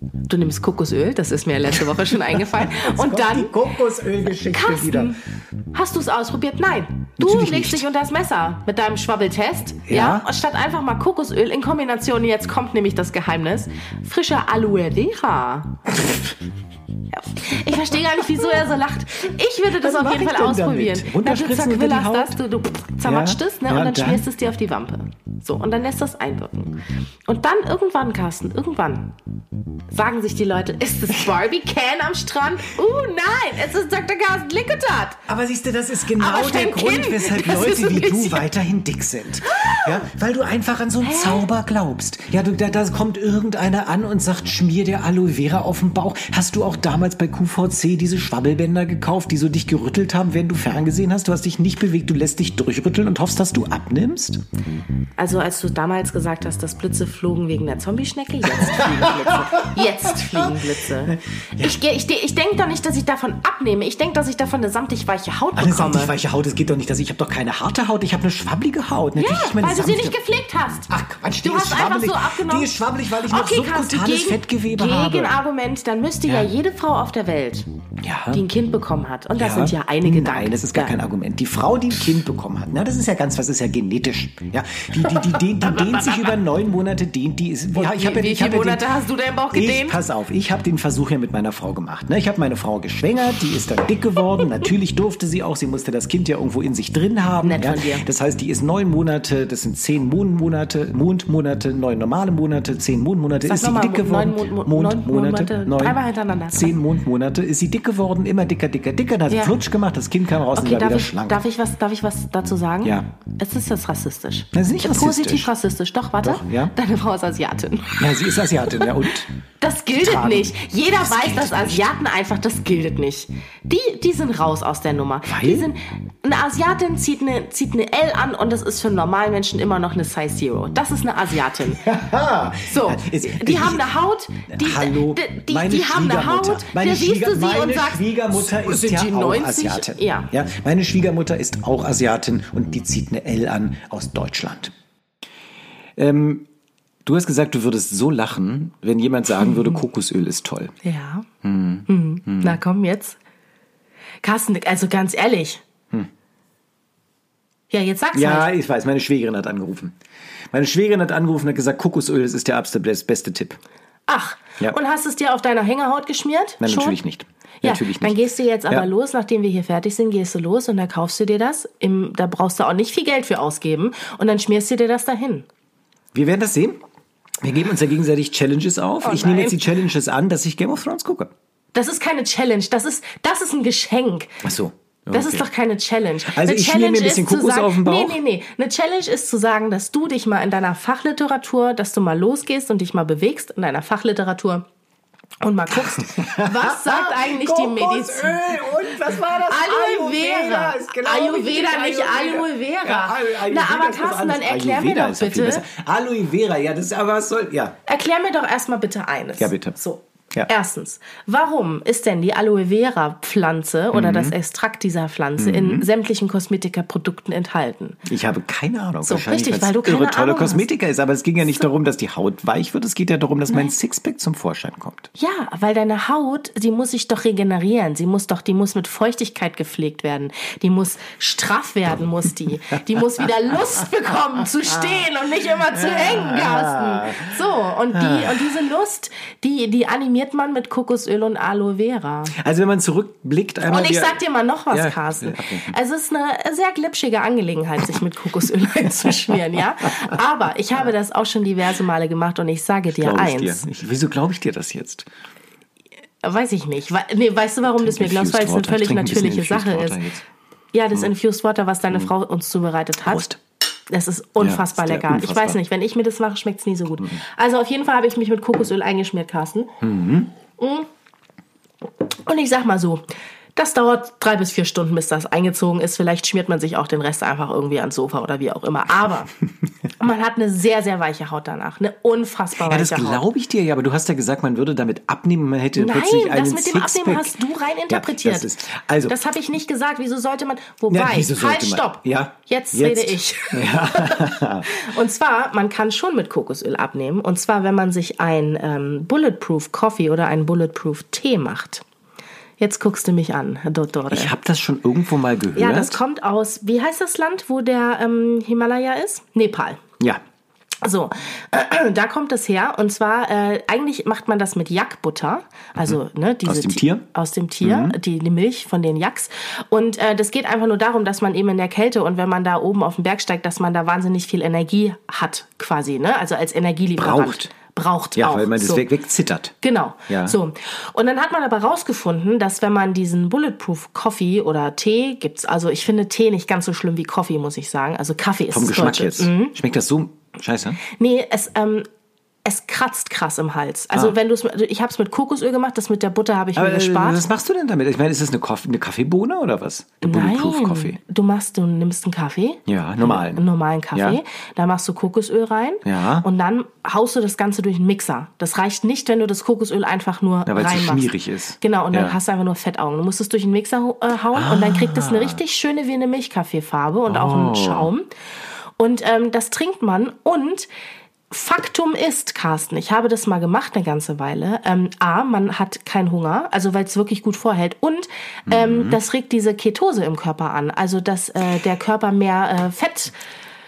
Speaker 2: du nimmst Kokosöl, das ist mir letzte
Speaker 1: [LAUGHS]
Speaker 2: Woche schon eingefallen. und dann,
Speaker 1: Kokosölgeschichte
Speaker 2: Carsten, hast du es ausprobiert? Nein. Du
Speaker 1: Natürlich
Speaker 2: legst
Speaker 1: nicht.
Speaker 2: dich unter das Messer mit deinem Schwabbeltest.
Speaker 1: Ja.
Speaker 2: Und Statt einfach mal Kokosöl in Kombination, jetzt kommt nämlich das Geheimnis, frischer Aloe
Speaker 1: [LAUGHS]
Speaker 2: Vera. Ja. Ich verstehe gar nicht, wieso er so lacht. Ich würde das
Speaker 1: Was
Speaker 2: auf
Speaker 1: Also mach
Speaker 2: jeden
Speaker 1: ich
Speaker 2: Fall
Speaker 1: denn
Speaker 2: ausprobieren.
Speaker 1: damit?
Speaker 2: Na, du
Speaker 1: Runterspritzen unter die
Speaker 2: zerquillerst
Speaker 1: Haut?
Speaker 2: das, du, du zermatschst
Speaker 1: Ja.
Speaker 2: es
Speaker 1: Ja,
Speaker 2: ne, und dann,
Speaker 1: und dann?
Speaker 2: schmierst es dir auf die Wampe. So, und dann lässt das einwirken. Und dann irgendwann, Carsten, irgendwann sagen sich die Leute, ist es Barbie Can am Strand? Uh, nein, es ist Dr. Carsten Lickertat.
Speaker 1: Aber siehst du, das ist genau
Speaker 2: Aber
Speaker 1: der
Speaker 2: dein
Speaker 1: Grund,
Speaker 2: Kind,
Speaker 1: weshalb
Speaker 2: das ist
Speaker 1: Leute
Speaker 2: ein
Speaker 1: wie du
Speaker 2: bisschen-
Speaker 1: weiterhin dick sind. Ja, weil du einfach an so einen Zauber glaubst. Ja, du, da, da kommt irgendeiner an und sagt, schmier dir Aloe Vera auf den Bauch. Hast du auch damals bei QVC diese Schwabbelbänder gekauft, die so dich gerüttelt haben, während du ferngesehen hast? Du hast dich nicht bewegt, du lässt dich durchrütteln und hoffst, dass du abnimmst?
Speaker 2: Also als du damals gesagt hast, dass Blitze flogen wegen der Zombieschnecke, jetzt fliegen Blitze. Jetzt fliegen Blitze. Ich, geh- ich, de- ich denke doch nicht, dass ich davon abnehme. Ich denke, dass ich davon eine samtig weiche Haut
Speaker 1: Alles
Speaker 2: bekomme.
Speaker 1: samtig weiche Haut, es geht doch nicht, dass ich habe doch keine harte Haut, ich habe eine schwabbelige Haut. Natürlich
Speaker 2: ja,
Speaker 1: meine
Speaker 2: weil du sie
Speaker 1: sanfte-
Speaker 2: nicht gepflegt hast.
Speaker 1: Ach Quatsch, die
Speaker 2: Du
Speaker 1: ist
Speaker 2: hast einfach
Speaker 1: schwabbelig.
Speaker 2: so abgenommen.
Speaker 1: Die ist schwabbelig, weil ich noch
Speaker 2: okay,
Speaker 1: subkutanes
Speaker 2: Carsten, gegen,
Speaker 1: Fettgewebe
Speaker 2: gegen
Speaker 1: habe.
Speaker 2: Argument, dann müsste ja.
Speaker 1: Ja.
Speaker 2: jede Frau auf der Welt,
Speaker 1: Ja.
Speaker 2: die ein Kind bekommen hat, und das sind ja einige
Speaker 1: Nein, das ist gar kein Argument. Die Frau, die ein Kind bekommen hat, na, das ist ja ganz, was ist ja genetisch. Ja, die, die, die, die, die dehnt sich über neun Monate, dehnt die ist. Ja,
Speaker 2: wie- wie viele Monate hast du deinen Bauch gedehnt?
Speaker 1: Ich, pass auf, ich habe den Versuch ja mit meiner Frau gemacht. Ne? Ich habe meine Frau geschwängert, die ist dann dick geworden. Natürlich durfte sie auch, sie musste das Kind ja irgendwo in sich drin haben.
Speaker 2: Nett
Speaker 1: ja?
Speaker 2: von dir.
Speaker 1: Das heißt, die ist neun Monate, das sind zehn Mondmonate, Mondmonate, neun normale Monate, zehn Mondmonate,
Speaker 2: Sag
Speaker 1: ist sie
Speaker 2: noch mal,
Speaker 1: dick geworden.
Speaker 2: neun Mon- Mon- neun Monate,
Speaker 1: Mondmonate, neun,
Speaker 2: dreimal hintereinander.
Speaker 1: zehn Mondmonate, ist sie dick geworden, immer dicker, dicker, dicker. Dann hat sie
Speaker 2: Ja.
Speaker 1: Flutsch gemacht, das Kind kam raus
Speaker 2: Okay,
Speaker 1: und war
Speaker 2: darf
Speaker 1: wieder
Speaker 2: ich,
Speaker 1: schlank.
Speaker 2: darf, ich was, darf ich was dazu sagen?
Speaker 1: Ja.
Speaker 2: Es ist jetzt rassistisch.
Speaker 1: Das ist nicht
Speaker 2: Positiv rassistisch. Doch, warte.
Speaker 1: Doch, ja.
Speaker 2: Deine Frau ist Asiatin.
Speaker 1: ja, sie ist Asiatin, ja und?
Speaker 2: Das gilt
Speaker 1: tragen.
Speaker 2: nicht. Jeder weiß, dass Asiaten einfach, das gilt nicht. Die, die sind raus aus der Nummer.
Speaker 1: Weil?
Speaker 2: Die sind, eine Asiatin zieht eine, zieht eine L an und das ist für einen normalen Menschen immer noch eine Size Zero. Das ist eine
Speaker 1: [LAUGHS]
Speaker 2: Asiatin. so,
Speaker 1: Ist-
Speaker 2: die haben eine Haut,
Speaker 1: [LAUGHS]
Speaker 2: die,
Speaker 1: Hallo,
Speaker 2: die, die,
Speaker 1: meine
Speaker 2: die haben eine
Speaker 1: Schwiegermutter.
Speaker 2: Haut,
Speaker 1: meine
Speaker 2: da siehst
Speaker 1: Schwieger-
Speaker 2: du sie
Speaker 1: meine
Speaker 2: und sagst,
Speaker 1: Schwiegermutter ist
Speaker 2: sind
Speaker 1: ja
Speaker 2: die
Speaker 1: auch
Speaker 2: 90?
Speaker 1: Asiatin.
Speaker 2: Ja.
Speaker 1: ja. Meine Schwiegermutter ist auch Asiatin und die zieht eine L an aus Deutschland. Ähm, du hast gesagt, du würdest so lachen, wenn jemand sagen
Speaker 2: [LAUGHS]
Speaker 1: würde, Kokosöl ist toll.
Speaker 2: Ja. Hm. Na komm jetzt. Carsten, also ganz ehrlich. Ja, jetzt sag's
Speaker 1: Hm. Ja,
Speaker 2: halt.
Speaker 1: ich weiß, meine Schwägerin hat angerufen. Meine Schwägerin hat angerufen und hat gesagt, Kokosöl, das ist der absolut beste Tipp.
Speaker 2: Ach,
Speaker 1: Ja.
Speaker 2: und hast es dir auf deiner Hängerhaut geschmiert?
Speaker 1: Nein,
Speaker 2: Schon?
Speaker 1: natürlich nicht.
Speaker 2: Ja,
Speaker 1: natürlich
Speaker 2: dann
Speaker 1: nicht.
Speaker 2: gehst du jetzt aber
Speaker 1: Ja.
Speaker 2: los, nachdem wir hier fertig sind, gehst du los und da kaufst du dir das. Im, da brauchst du auch nicht viel Geld für ausgeben und dann schmierst du dir das dahin.
Speaker 1: Wir werden das sehen. Wir geben uns ja gegenseitig Challenges auf.
Speaker 2: Oh
Speaker 1: ich nehme
Speaker 2: nein.
Speaker 1: jetzt die Challenges an, dass ich Game of Thrones gucke.
Speaker 2: Das ist keine Challenge, das ist, das ist ein Geschenk.
Speaker 1: Ach so.
Speaker 2: Das
Speaker 1: Okay.
Speaker 2: ist doch keine Challenge.
Speaker 1: Also
Speaker 2: eine
Speaker 1: ich schmier
Speaker 2: Challenge
Speaker 1: mir ein bisschen
Speaker 2: ist zu
Speaker 1: Kokos
Speaker 2: sagen,
Speaker 1: auf den Bauch.
Speaker 2: Nee, nee, nee. Eine Challenge ist zu sagen, dass du dich mal in deiner Fachliteratur, dass du mal losgehst und dich mal bewegst in deiner Fachliteratur und mal
Speaker 1: [LAUGHS]
Speaker 2: guckst, was sagt eigentlich die Medizin?
Speaker 1: und was war das?
Speaker 2: Aloe Vera. Ayurveda, nicht Aloe Vera. Na, aber Carsten, dann erklär mir doch bitte.
Speaker 1: Aloe Vera, ja, das ist aber was soll. Ja.
Speaker 2: Erklär mir doch erstmal bitte eines.
Speaker 1: Ja, bitte.
Speaker 2: So.
Speaker 1: Ja.
Speaker 2: Erstens, warum ist denn die Aloe Vera Pflanze oder
Speaker 1: Mhm.
Speaker 2: das Extrakt dieser Pflanze in sämtlichen Kosmetikaprodukten enthalten?
Speaker 1: Ich habe keine Ahnung.
Speaker 2: So,
Speaker 1: Wahrscheinlich,
Speaker 2: richtig,
Speaker 1: weil's
Speaker 2: weil du keine
Speaker 1: irre tolle
Speaker 2: Ahnung hast.
Speaker 1: Kosmetiker ist. Aber es ging ja nicht darum, dass die Haut weich wird. Es geht ja darum, dass mein Sixpack zum Vorschein kommt.
Speaker 2: Ja, weil deine Haut, die muss sich doch regenerieren. Sie muss doch, die muss mit Feuchtigkeit gepflegt werden. Die muss straff werden, muss die. Die muss wieder Lust bekommen zu stehen und nicht immer zu eng, Carsten. So, und
Speaker 1: Ah.
Speaker 2: die, und diese Lust, die, die animiert man mit Kokosöl und Aloe Vera.
Speaker 1: Also wenn man zurückblickt einmal.
Speaker 2: Und ich
Speaker 1: wir-
Speaker 2: sag dir mal noch was,
Speaker 1: Ja,
Speaker 2: Carsten.
Speaker 1: ja, okay.
Speaker 2: Also es ist eine sehr glitschige Angelegenheit, sich mit Kokosöl [LAUGHS] einzuschmieren, ja. Aber ich habe das auch schon diverse Male gemacht und ich sage dir
Speaker 1: Glaub ich
Speaker 2: eins.
Speaker 1: dir. Ich, wieso glaube ich dir das jetzt?
Speaker 2: Weiß ich nicht. We nee, weißt du, warum du es mir glaubst? Weil es eine
Speaker 1: Infused Water. Ich
Speaker 2: völlig
Speaker 1: trinke ein bisschen
Speaker 2: natürliche
Speaker 1: Infused
Speaker 2: Sache
Speaker 1: Water
Speaker 2: ist.
Speaker 1: jetzt.
Speaker 2: Ja, das Infused Water, was deine Frau uns zubereitet hat.
Speaker 1: Hm. Prost.
Speaker 2: Das ist unfassbar
Speaker 1: Ja, ist der-
Speaker 2: lecker. Ich
Speaker 1: unfassbar. Hm.
Speaker 2: weiß nicht, wenn ich mir das mache, schmeckt es nie so gut. Also auf jeden Fall habe ich mich mit Kokosöl eingeschmiert, Carsten.
Speaker 1: Mhm.
Speaker 2: Mm. Und ich sag mal so, das dauert drei bis vier Stunden, bis das eingezogen ist. Vielleicht schmiert man sich auch den Rest einfach irgendwie ans Sofa oder wie auch
Speaker 1: [LAUGHS]
Speaker 2: immer. Aber man hat eine sehr, sehr weiche Haut danach. Eine unfassbar
Speaker 1: Ja, das
Speaker 2: weiche Haut.
Speaker 1: glaube ich dir ja, aber du hast ja gesagt, man würde damit abnehmen, man hätte
Speaker 2: Nein,
Speaker 1: plötzlich einen
Speaker 2: das mit dem
Speaker 1: Sixpack.
Speaker 2: Abnehmen hast du rein interpretiert.
Speaker 1: Ja, das ist, also,
Speaker 2: das habe ich nicht gesagt. Wieso sollte man. Wobei,
Speaker 1: Ja, wieso sollte
Speaker 2: halt,
Speaker 1: man?
Speaker 2: stopp.
Speaker 1: Ja,
Speaker 2: Jetzt,
Speaker 1: jetzt.
Speaker 2: rede ich. [LAUGHS] und zwar, man kann schon mit Kokosöl abnehmen. Und zwar, wenn man sich ein ähm, Bulletproof Coffee oder einen Bulletproof Tee macht. Jetzt guckst du mich an, Herr Dottore.
Speaker 1: ich habe das schon irgendwo mal gehört.
Speaker 2: ja, das kommt aus. Wie heißt das Land, wo der ähm, Himalaya ist? Nepal.
Speaker 1: Ja.
Speaker 2: So, [CLEARS THROAT] da kommt es her. Und zwar, äh, eigentlich macht man das mit Jackbutter. Also, ne, diese
Speaker 1: Mhm. Aus dem
Speaker 2: Ti-
Speaker 1: Tier? Mhm.
Speaker 2: Aus dem Tier, die, die Milch von den Jacks. Und äh, das geht einfach nur darum, dass man eben in der Kälte und wenn man da oben auf den Berg steigt, dass man da wahnsinnig viel Energie hat, quasi, ne? Also als Energielieferant.
Speaker 1: Braucht.
Speaker 2: braucht.
Speaker 1: Ja,
Speaker 2: auch.
Speaker 1: weil man das
Speaker 2: So.
Speaker 1: weg, wegzittert.
Speaker 2: Genau.
Speaker 1: Ja.
Speaker 2: So. Und dann hat man aber rausgefunden, dass wenn man diesen Bulletproof Coffee oder Tee gibt's, also ich finde Tee nicht ganz so schlimm wie Coffee, muss ich sagen. Also Kaffee ist
Speaker 1: Vom
Speaker 2: das
Speaker 1: Geschmack
Speaker 2: Deutsche.
Speaker 1: jetzt.
Speaker 2: Mhm.
Speaker 1: Schmeckt das so scheiße?
Speaker 2: Nee, es ähm es kratzt krass im Hals. Also
Speaker 1: Ah.
Speaker 2: wenn du es, ich habe es mit Kokosöl gemacht, das mit der Butter habe ich
Speaker 1: Aber
Speaker 2: mir
Speaker 1: äh,
Speaker 2: gespart.
Speaker 1: was machst du denn damit? Ich meine, ist das eine, Koff eine Kaffeebohne oder was? Eine Bulletproof Coffee.
Speaker 2: Du machst, du nimmst einen Kaffee.
Speaker 1: Ja, normalen.
Speaker 2: Einen normalen Kaffee.
Speaker 1: Ja.
Speaker 2: Da machst du Kokosöl rein.
Speaker 1: Ja.
Speaker 2: Und dann haust du das Ganze durch einen Mixer. Das reicht nicht, wenn du das Kokosöl einfach nur
Speaker 1: Ja, weil's so
Speaker 2: reinmachst.
Speaker 1: schmierig ist.
Speaker 2: Genau. Und
Speaker 1: Ja.
Speaker 2: dann hast du einfach nur Fettaugen. Du musst es durch den Mixer hau- äh, hauen und dann kriegt es eine richtig schöne wie eine Milchkaffeefarbe und auch einen Schaum. Und ähm, das trinkt man und Faktum ist, Carsten, ich habe das mal gemacht eine ganze Weile. Ähm, A, man hat keinen Hunger, also weil es wirklich gut vorhält. Und ähm, das regt diese Ketose im Körper an, also dass äh, der Körper mehr äh, Fett.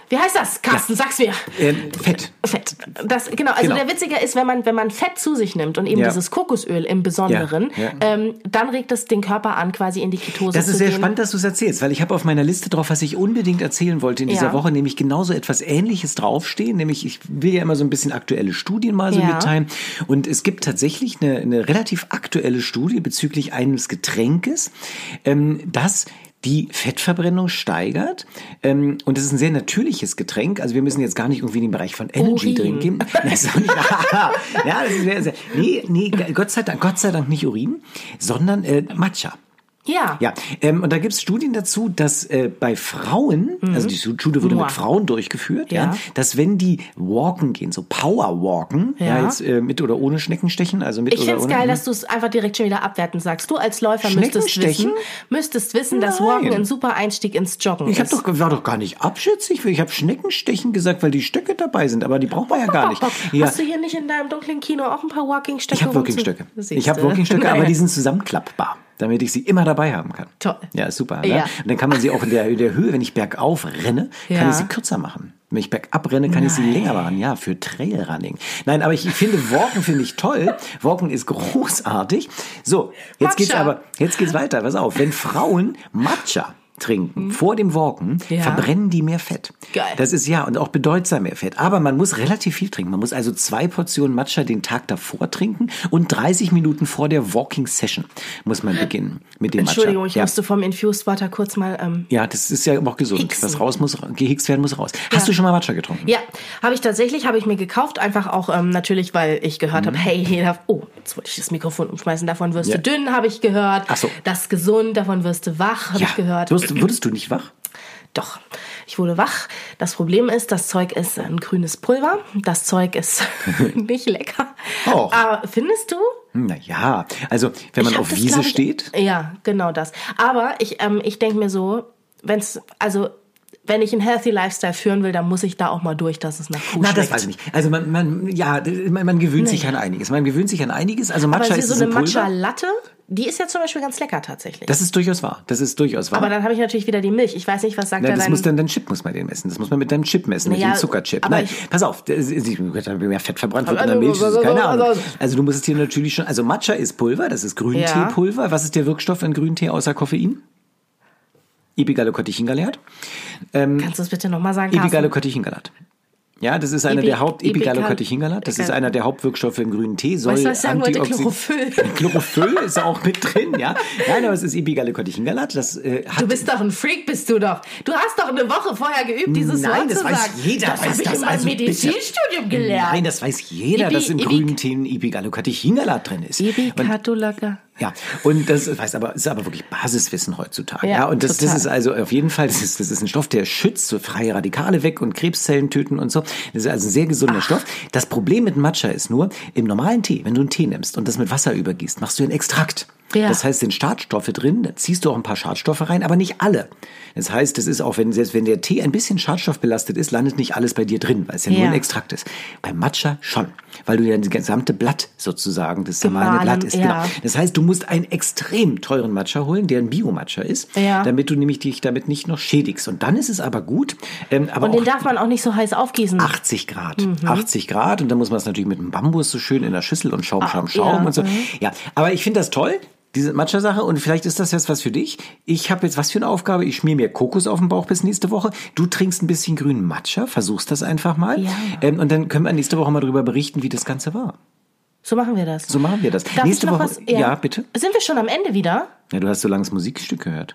Speaker 2: Wie heißt das, Carsten? Sag's mir.
Speaker 1: Ähm, Fett.
Speaker 2: Fett. Das, genau, also
Speaker 1: Genau.
Speaker 2: der Witziger ist, wenn man, wenn man Fett zu sich nimmt und eben
Speaker 1: Ja.
Speaker 2: dieses Kokosöl im Besonderen,
Speaker 1: Ja, ja.
Speaker 2: Ähm, dann regt es den Körper an, quasi in die Ketose
Speaker 1: Das
Speaker 2: zu
Speaker 1: ist sehr
Speaker 2: gehen.
Speaker 1: spannend, dass du es erzählst, weil ich habe auf meiner Liste drauf, was ich unbedingt erzählen wollte in dieser
Speaker 2: Ja.
Speaker 1: Woche, nämlich genauso etwas Ähnliches draufstehen. Nämlich, ich will ja immer so ein bisschen aktuelle Studien mal so
Speaker 2: Ja.
Speaker 1: mitteilen. Und es gibt tatsächlich eine, eine relativ aktuelle Studie bezüglich eines Getränkes, ähm, das die Fettverbrennung steigert. Ähm, und es ist ein sehr natürliches Getränk. Also wir müssen jetzt gar nicht irgendwie in den Bereich von Energy
Speaker 2: Urin.
Speaker 1: Drink
Speaker 2: [LAUGHS]
Speaker 1: gehen. Nein, ist auch nicht. [LAUGHS] ja, das ist sehr, sehr, nee, nee, Gott sei Dank, Gott sei Dank nicht Urin, sondern äh, Matcha.
Speaker 2: Ja.
Speaker 1: Ja, ähm, und da gibt's Studien dazu, dass äh, bei Frauen, also die Studie wurde
Speaker 2: Mhm. Mua.
Speaker 1: mit Frauen durchgeführt, ja.
Speaker 2: Ja.
Speaker 1: dass wenn die walken gehen, so Power walken, ja,
Speaker 2: Ja.
Speaker 1: jetzt äh, mit oder ohne Schneckenstechen, also mit
Speaker 2: Ich
Speaker 1: oder
Speaker 2: finde es
Speaker 1: ohne.
Speaker 2: geil, dass du es einfach direkt schon wieder abwertend sagst. Du als Läufer müsstest
Speaker 1: Schneckenstechen?
Speaker 2: wissen, müsstest wissen, dass
Speaker 1: Nein.
Speaker 2: Walken ein super Einstieg ins Joggen
Speaker 1: ich hab
Speaker 2: ist.
Speaker 1: doch, war doch gar nicht abschätzig, ich habe Schneckenstechen gesagt, weil die Stöcke dabei sind, aber die braucht man ja gar
Speaker 2: [LAUGHS]
Speaker 1: nicht. Ja,
Speaker 2: Hast du hier nicht in deinem dunklen Kino auch ein paar Walking-Stöcke?
Speaker 1: ich habe
Speaker 2: rum zu-
Speaker 1: Walkingstöcke. Ich
Speaker 2: Siehste.
Speaker 1: habe Walkingstöcke, aber
Speaker 2: Naja.
Speaker 1: die
Speaker 2: [LAUGHS]
Speaker 1: sind zusammenklappbar, damit ich sie immer dabei haben kann.
Speaker 2: Toll.
Speaker 1: Ja, ist super. Ne?
Speaker 2: Ja.
Speaker 1: Und dann kann man sie auch in der, in der Höhe, wenn ich bergauf renne, kann
Speaker 2: Ja.
Speaker 1: ich sie kürzer machen. Wenn ich bergab renne, kann ich sie länger machen. Ja, für Trailrunning. Nein, aber ich finde Walken finde ich toll. Walken ist großartig. So, jetzt geht's
Speaker 2: Matcha.
Speaker 1: aber jetzt geht's weiter. Pass auf, wenn Frauen Matcha trinken vor dem Walken,
Speaker 2: Hm. Ja.
Speaker 1: verbrennen die mehr Fett.
Speaker 2: Geil.
Speaker 1: Das ist ja und auch bedeutsam mehr Fett. Aber man muss relativ viel trinken. Man muss also zwei Portionen Matcha den Tag davor trinken und 30 Minuten vor der Walking Session muss man beginnen mit dem
Speaker 2: Entschuldigung, ich
Speaker 1: Matcha.
Speaker 2: musste vom Infused Water kurz mal. Ähm,
Speaker 1: Ja, das ist ja aber auch gesund.
Speaker 2: Hicksen.
Speaker 1: Was raus muss, gehixt werden muss raus. Hast du schon mal Matcha getrunken?
Speaker 2: ja, habe ich tatsächlich, habe ich mir gekauft, einfach auch ähm, natürlich, weil ich gehört habe, hey, jeder, oh, jetzt wollte ich das Mikrofon umschmeißen, davon wirst
Speaker 1: Mhm. Ja.
Speaker 2: du dünn, habe ich gehört.
Speaker 1: Ach so.
Speaker 2: Das ist gesund, davon wirst du wach, habe ich gehört.
Speaker 1: Würdest, würdest du nicht wach?
Speaker 2: Doch, ich wurde wach. Das Problem ist, das Zeug ist ein grünes Pulver. Das Zeug ist
Speaker 1: [LAUGHS]
Speaker 2: nicht lecker.
Speaker 1: Och.
Speaker 2: Aber findest du?
Speaker 1: Naja, Hm, also wenn man
Speaker 2: Ich hab
Speaker 1: auf
Speaker 2: das,
Speaker 1: Wiese
Speaker 2: glaub ich,
Speaker 1: steht.
Speaker 2: Ja, genau das. Aber ich, ähm, ich denke mir so, wenn's, also wenn ich einen healthy Lifestyle führen will, dann muss ich da auch mal durch, dass es nach Kuh
Speaker 1: Na, das
Speaker 2: schmeckt.
Speaker 1: weiß ich nicht. Oh, Also man, man ja, man, man gewöhnt sich an einiges. Man gewöhnt sich an einiges. Also
Speaker 2: Aber
Speaker 1: Matcha
Speaker 2: sie
Speaker 1: ist
Speaker 2: so
Speaker 1: es
Speaker 2: eine
Speaker 1: ein Pulver.
Speaker 2: Matcha-Latte, die ist ja zum Beispiel ganz lecker tatsächlich.
Speaker 1: Das ist durchaus wahr. Das ist durchaus wahr.
Speaker 2: aber dann habe ich natürlich wieder die Milch. Ich weiß nicht, was sagt
Speaker 1: Na,
Speaker 2: er
Speaker 1: Ne, das
Speaker 2: dein...
Speaker 1: muss dann dein Chip muss man den messen. Das muss man mit deinem Chip messen,
Speaker 2: Naja,
Speaker 1: mit dem Zuckerchip.
Speaker 2: aber
Speaker 1: Nein,
Speaker 2: ich-
Speaker 1: pass auf, das ist- ich habe mehr Fett verbrannt wird in der
Speaker 2: Aber-
Speaker 1: Milch. Das ist keine Ahnung.
Speaker 2: aber-
Speaker 1: Also du musst es hier natürlich schon. Also Matcha ist Pulver, das ist Grünteepulver. Was ist der Wirkstoff in Grüntee außer Koffein? Epigallocatechingalat.
Speaker 2: Kannst du das bitte nochmal sagen, Carsten?
Speaker 1: Epigallocatechingalat. Ja, das ist einer
Speaker 2: Epi-
Speaker 1: der Haupt
Speaker 2: Epigal-
Speaker 1: Epigallocatechingalat. Das ist einer der Hauptwirkstoffe im grünen Tee. Soll
Speaker 2: Weißt du, was ich sagen wollte?
Speaker 1: Antioxid-
Speaker 2: Chlorophyll.
Speaker 1: [LAUGHS] Chlorophyll ist auch mit drin, ja. Nein, aber es ist Epigallocatechingalat. Das äh, hat
Speaker 2: Du bist doch ein Freak, bist du doch. Du hast doch eine Woche vorher geübt, dieses
Speaker 1: Nein,
Speaker 2: Wort
Speaker 1: das
Speaker 2: zu
Speaker 1: weiß
Speaker 2: sagen.
Speaker 1: jeder,
Speaker 2: das
Speaker 1: weiß
Speaker 2: habe ich
Speaker 1: das.
Speaker 2: in meinem
Speaker 1: Also bitte.
Speaker 2: Medizinstudium gelernt.
Speaker 1: Nein, das weiß jeder,
Speaker 2: Ibi-
Speaker 1: dass im
Speaker 2: Ibi-
Speaker 1: grünen Tee ein Ibigallocatechingalat drin ist. Und-
Speaker 2: Ibikatulaka.
Speaker 1: Ja, und das weiß aber, ist aber wirklich Basiswissen heutzutage. Ja,
Speaker 2: Ja,
Speaker 1: und das, das
Speaker 2: total.
Speaker 1: ist also auf jeden Fall, das ist, das ist ein Stoff, der schützt so freie Radikale weg und Krebszellen töten und so. Das ist also ein sehr gesunder Stoff. Das Problem mit Matcha ist nur, im normalen Tee, wenn du einen Tee nimmst und das mit Wasser übergießt, machst du einen Extrakt.
Speaker 2: Ja.
Speaker 1: Das heißt, sind Schadstoffe drin, da ziehst du auch ein paar Schadstoffe rein, aber nicht alle. Das heißt, das ist auch, wenn, selbst wenn der Tee ein bisschen schadstoffbelastet ist, landet nicht alles bei dir drin, weil es ja, nur
Speaker 2: Ja.
Speaker 1: ein Extrakt ist. Beim Matcha schon, weil du ja das gesamte Blatt sozusagen, das normale
Speaker 2: Gemahlen,
Speaker 1: Blatt ist.
Speaker 2: ja.
Speaker 1: Genau. Das heißt, du musst einen extrem teuren Matcha holen, der ein Bio-Matcha ist,
Speaker 2: Ja.
Speaker 1: damit du nämlich dich damit nicht noch schädigst. Und dann ist es aber gut, ähm, aber
Speaker 2: Und den Mhm.
Speaker 1: auch
Speaker 2: darf man auch nicht so heiß aufgießen.
Speaker 1: 80 Grad. 80 Grad und dann muss man es natürlich mit dem Bambus so schön in der Schüssel und Schaum, Schaum, Schaum
Speaker 2: Ah, ja, Mhm.
Speaker 1: und so. Ja, aber ich finde das toll. diese Matcha-Sache und vielleicht ist das jetzt was für dich. Ich habe jetzt was für eine Aufgabe. Ich schmier mir Kokos auf den Bauch bis nächste Woche. Du trinkst ein bisschen grünen Matcha, versuchst das einfach mal.
Speaker 2: Ja.
Speaker 1: Ähm, und dann können wir nächste Woche mal darüber berichten, wie das Ganze war.
Speaker 2: So machen wir das.
Speaker 1: So machen wir das.
Speaker 2: Darf
Speaker 1: nächste
Speaker 2: ich noch
Speaker 1: Woche.
Speaker 2: Was?
Speaker 1: Ja. bitte.
Speaker 2: Sind wir schon am Ende wieder?
Speaker 1: Ja, du hast so lange das Musikstück gehört.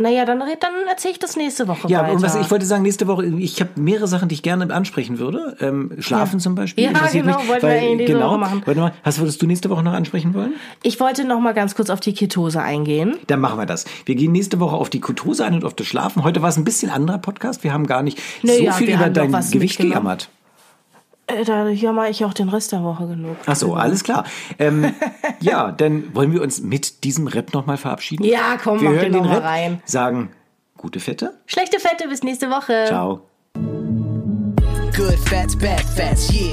Speaker 2: Naja, dann, red- dann erzähle ich das nächste Woche
Speaker 1: Ja,
Speaker 2: weiter.
Speaker 1: und was ich wollte sagen, nächste Woche, ich habe mehrere Sachen, die ich gerne ansprechen würde. Ähm, Schlafen zum Beispiel.
Speaker 2: Ja,
Speaker 1: interessiert
Speaker 2: genau,
Speaker 1: mich,
Speaker 2: wollten wir
Speaker 1: weil,
Speaker 2: in diese
Speaker 1: genau,
Speaker 2: Woche machen.
Speaker 1: Warte mal, was würdest du nächste Woche noch ansprechen wollen?
Speaker 2: ich wollte noch mal ganz kurz auf die Ketose eingehen.
Speaker 1: Dann machen wir das. Wir gehen nächste Woche auf die Kutose ein und auf das Schlafen. Heute war es ein bisschen anderer Podcast. Wir haben gar nicht
Speaker 2: Nee,
Speaker 1: so
Speaker 2: ja,
Speaker 1: viel
Speaker 2: wir
Speaker 1: über
Speaker 2: haben doch
Speaker 1: dein
Speaker 2: was
Speaker 1: Gewicht
Speaker 2: mitgenommen.
Speaker 1: gejammert.
Speaker 2: Äh, da jammer ich auch den Rest der Woche genug.
Speaker 1: Ach so, alles klar.
Speaker 2: [LAUGHS]
Speaker 1: Ähm, ja, dann wollen wir uns mit diesem Rap nochmal verabschieden.
Speaker 2: Ja, komm,
Speaker 1: wir
Speaker 2: mach
Speaker 1: hören
Speaker 2: den noch
Speaker 1: den
Speaker 2: mal
Speaker 1: Rap,
Speaker 2: rein.
Speaker 1: sagen gute Fette.
Speaker 2: Schlechte Fette, bis nächste Woche.
Speaker 1: Ciao.
Speaker 3: Good fats, bad fats, yeah,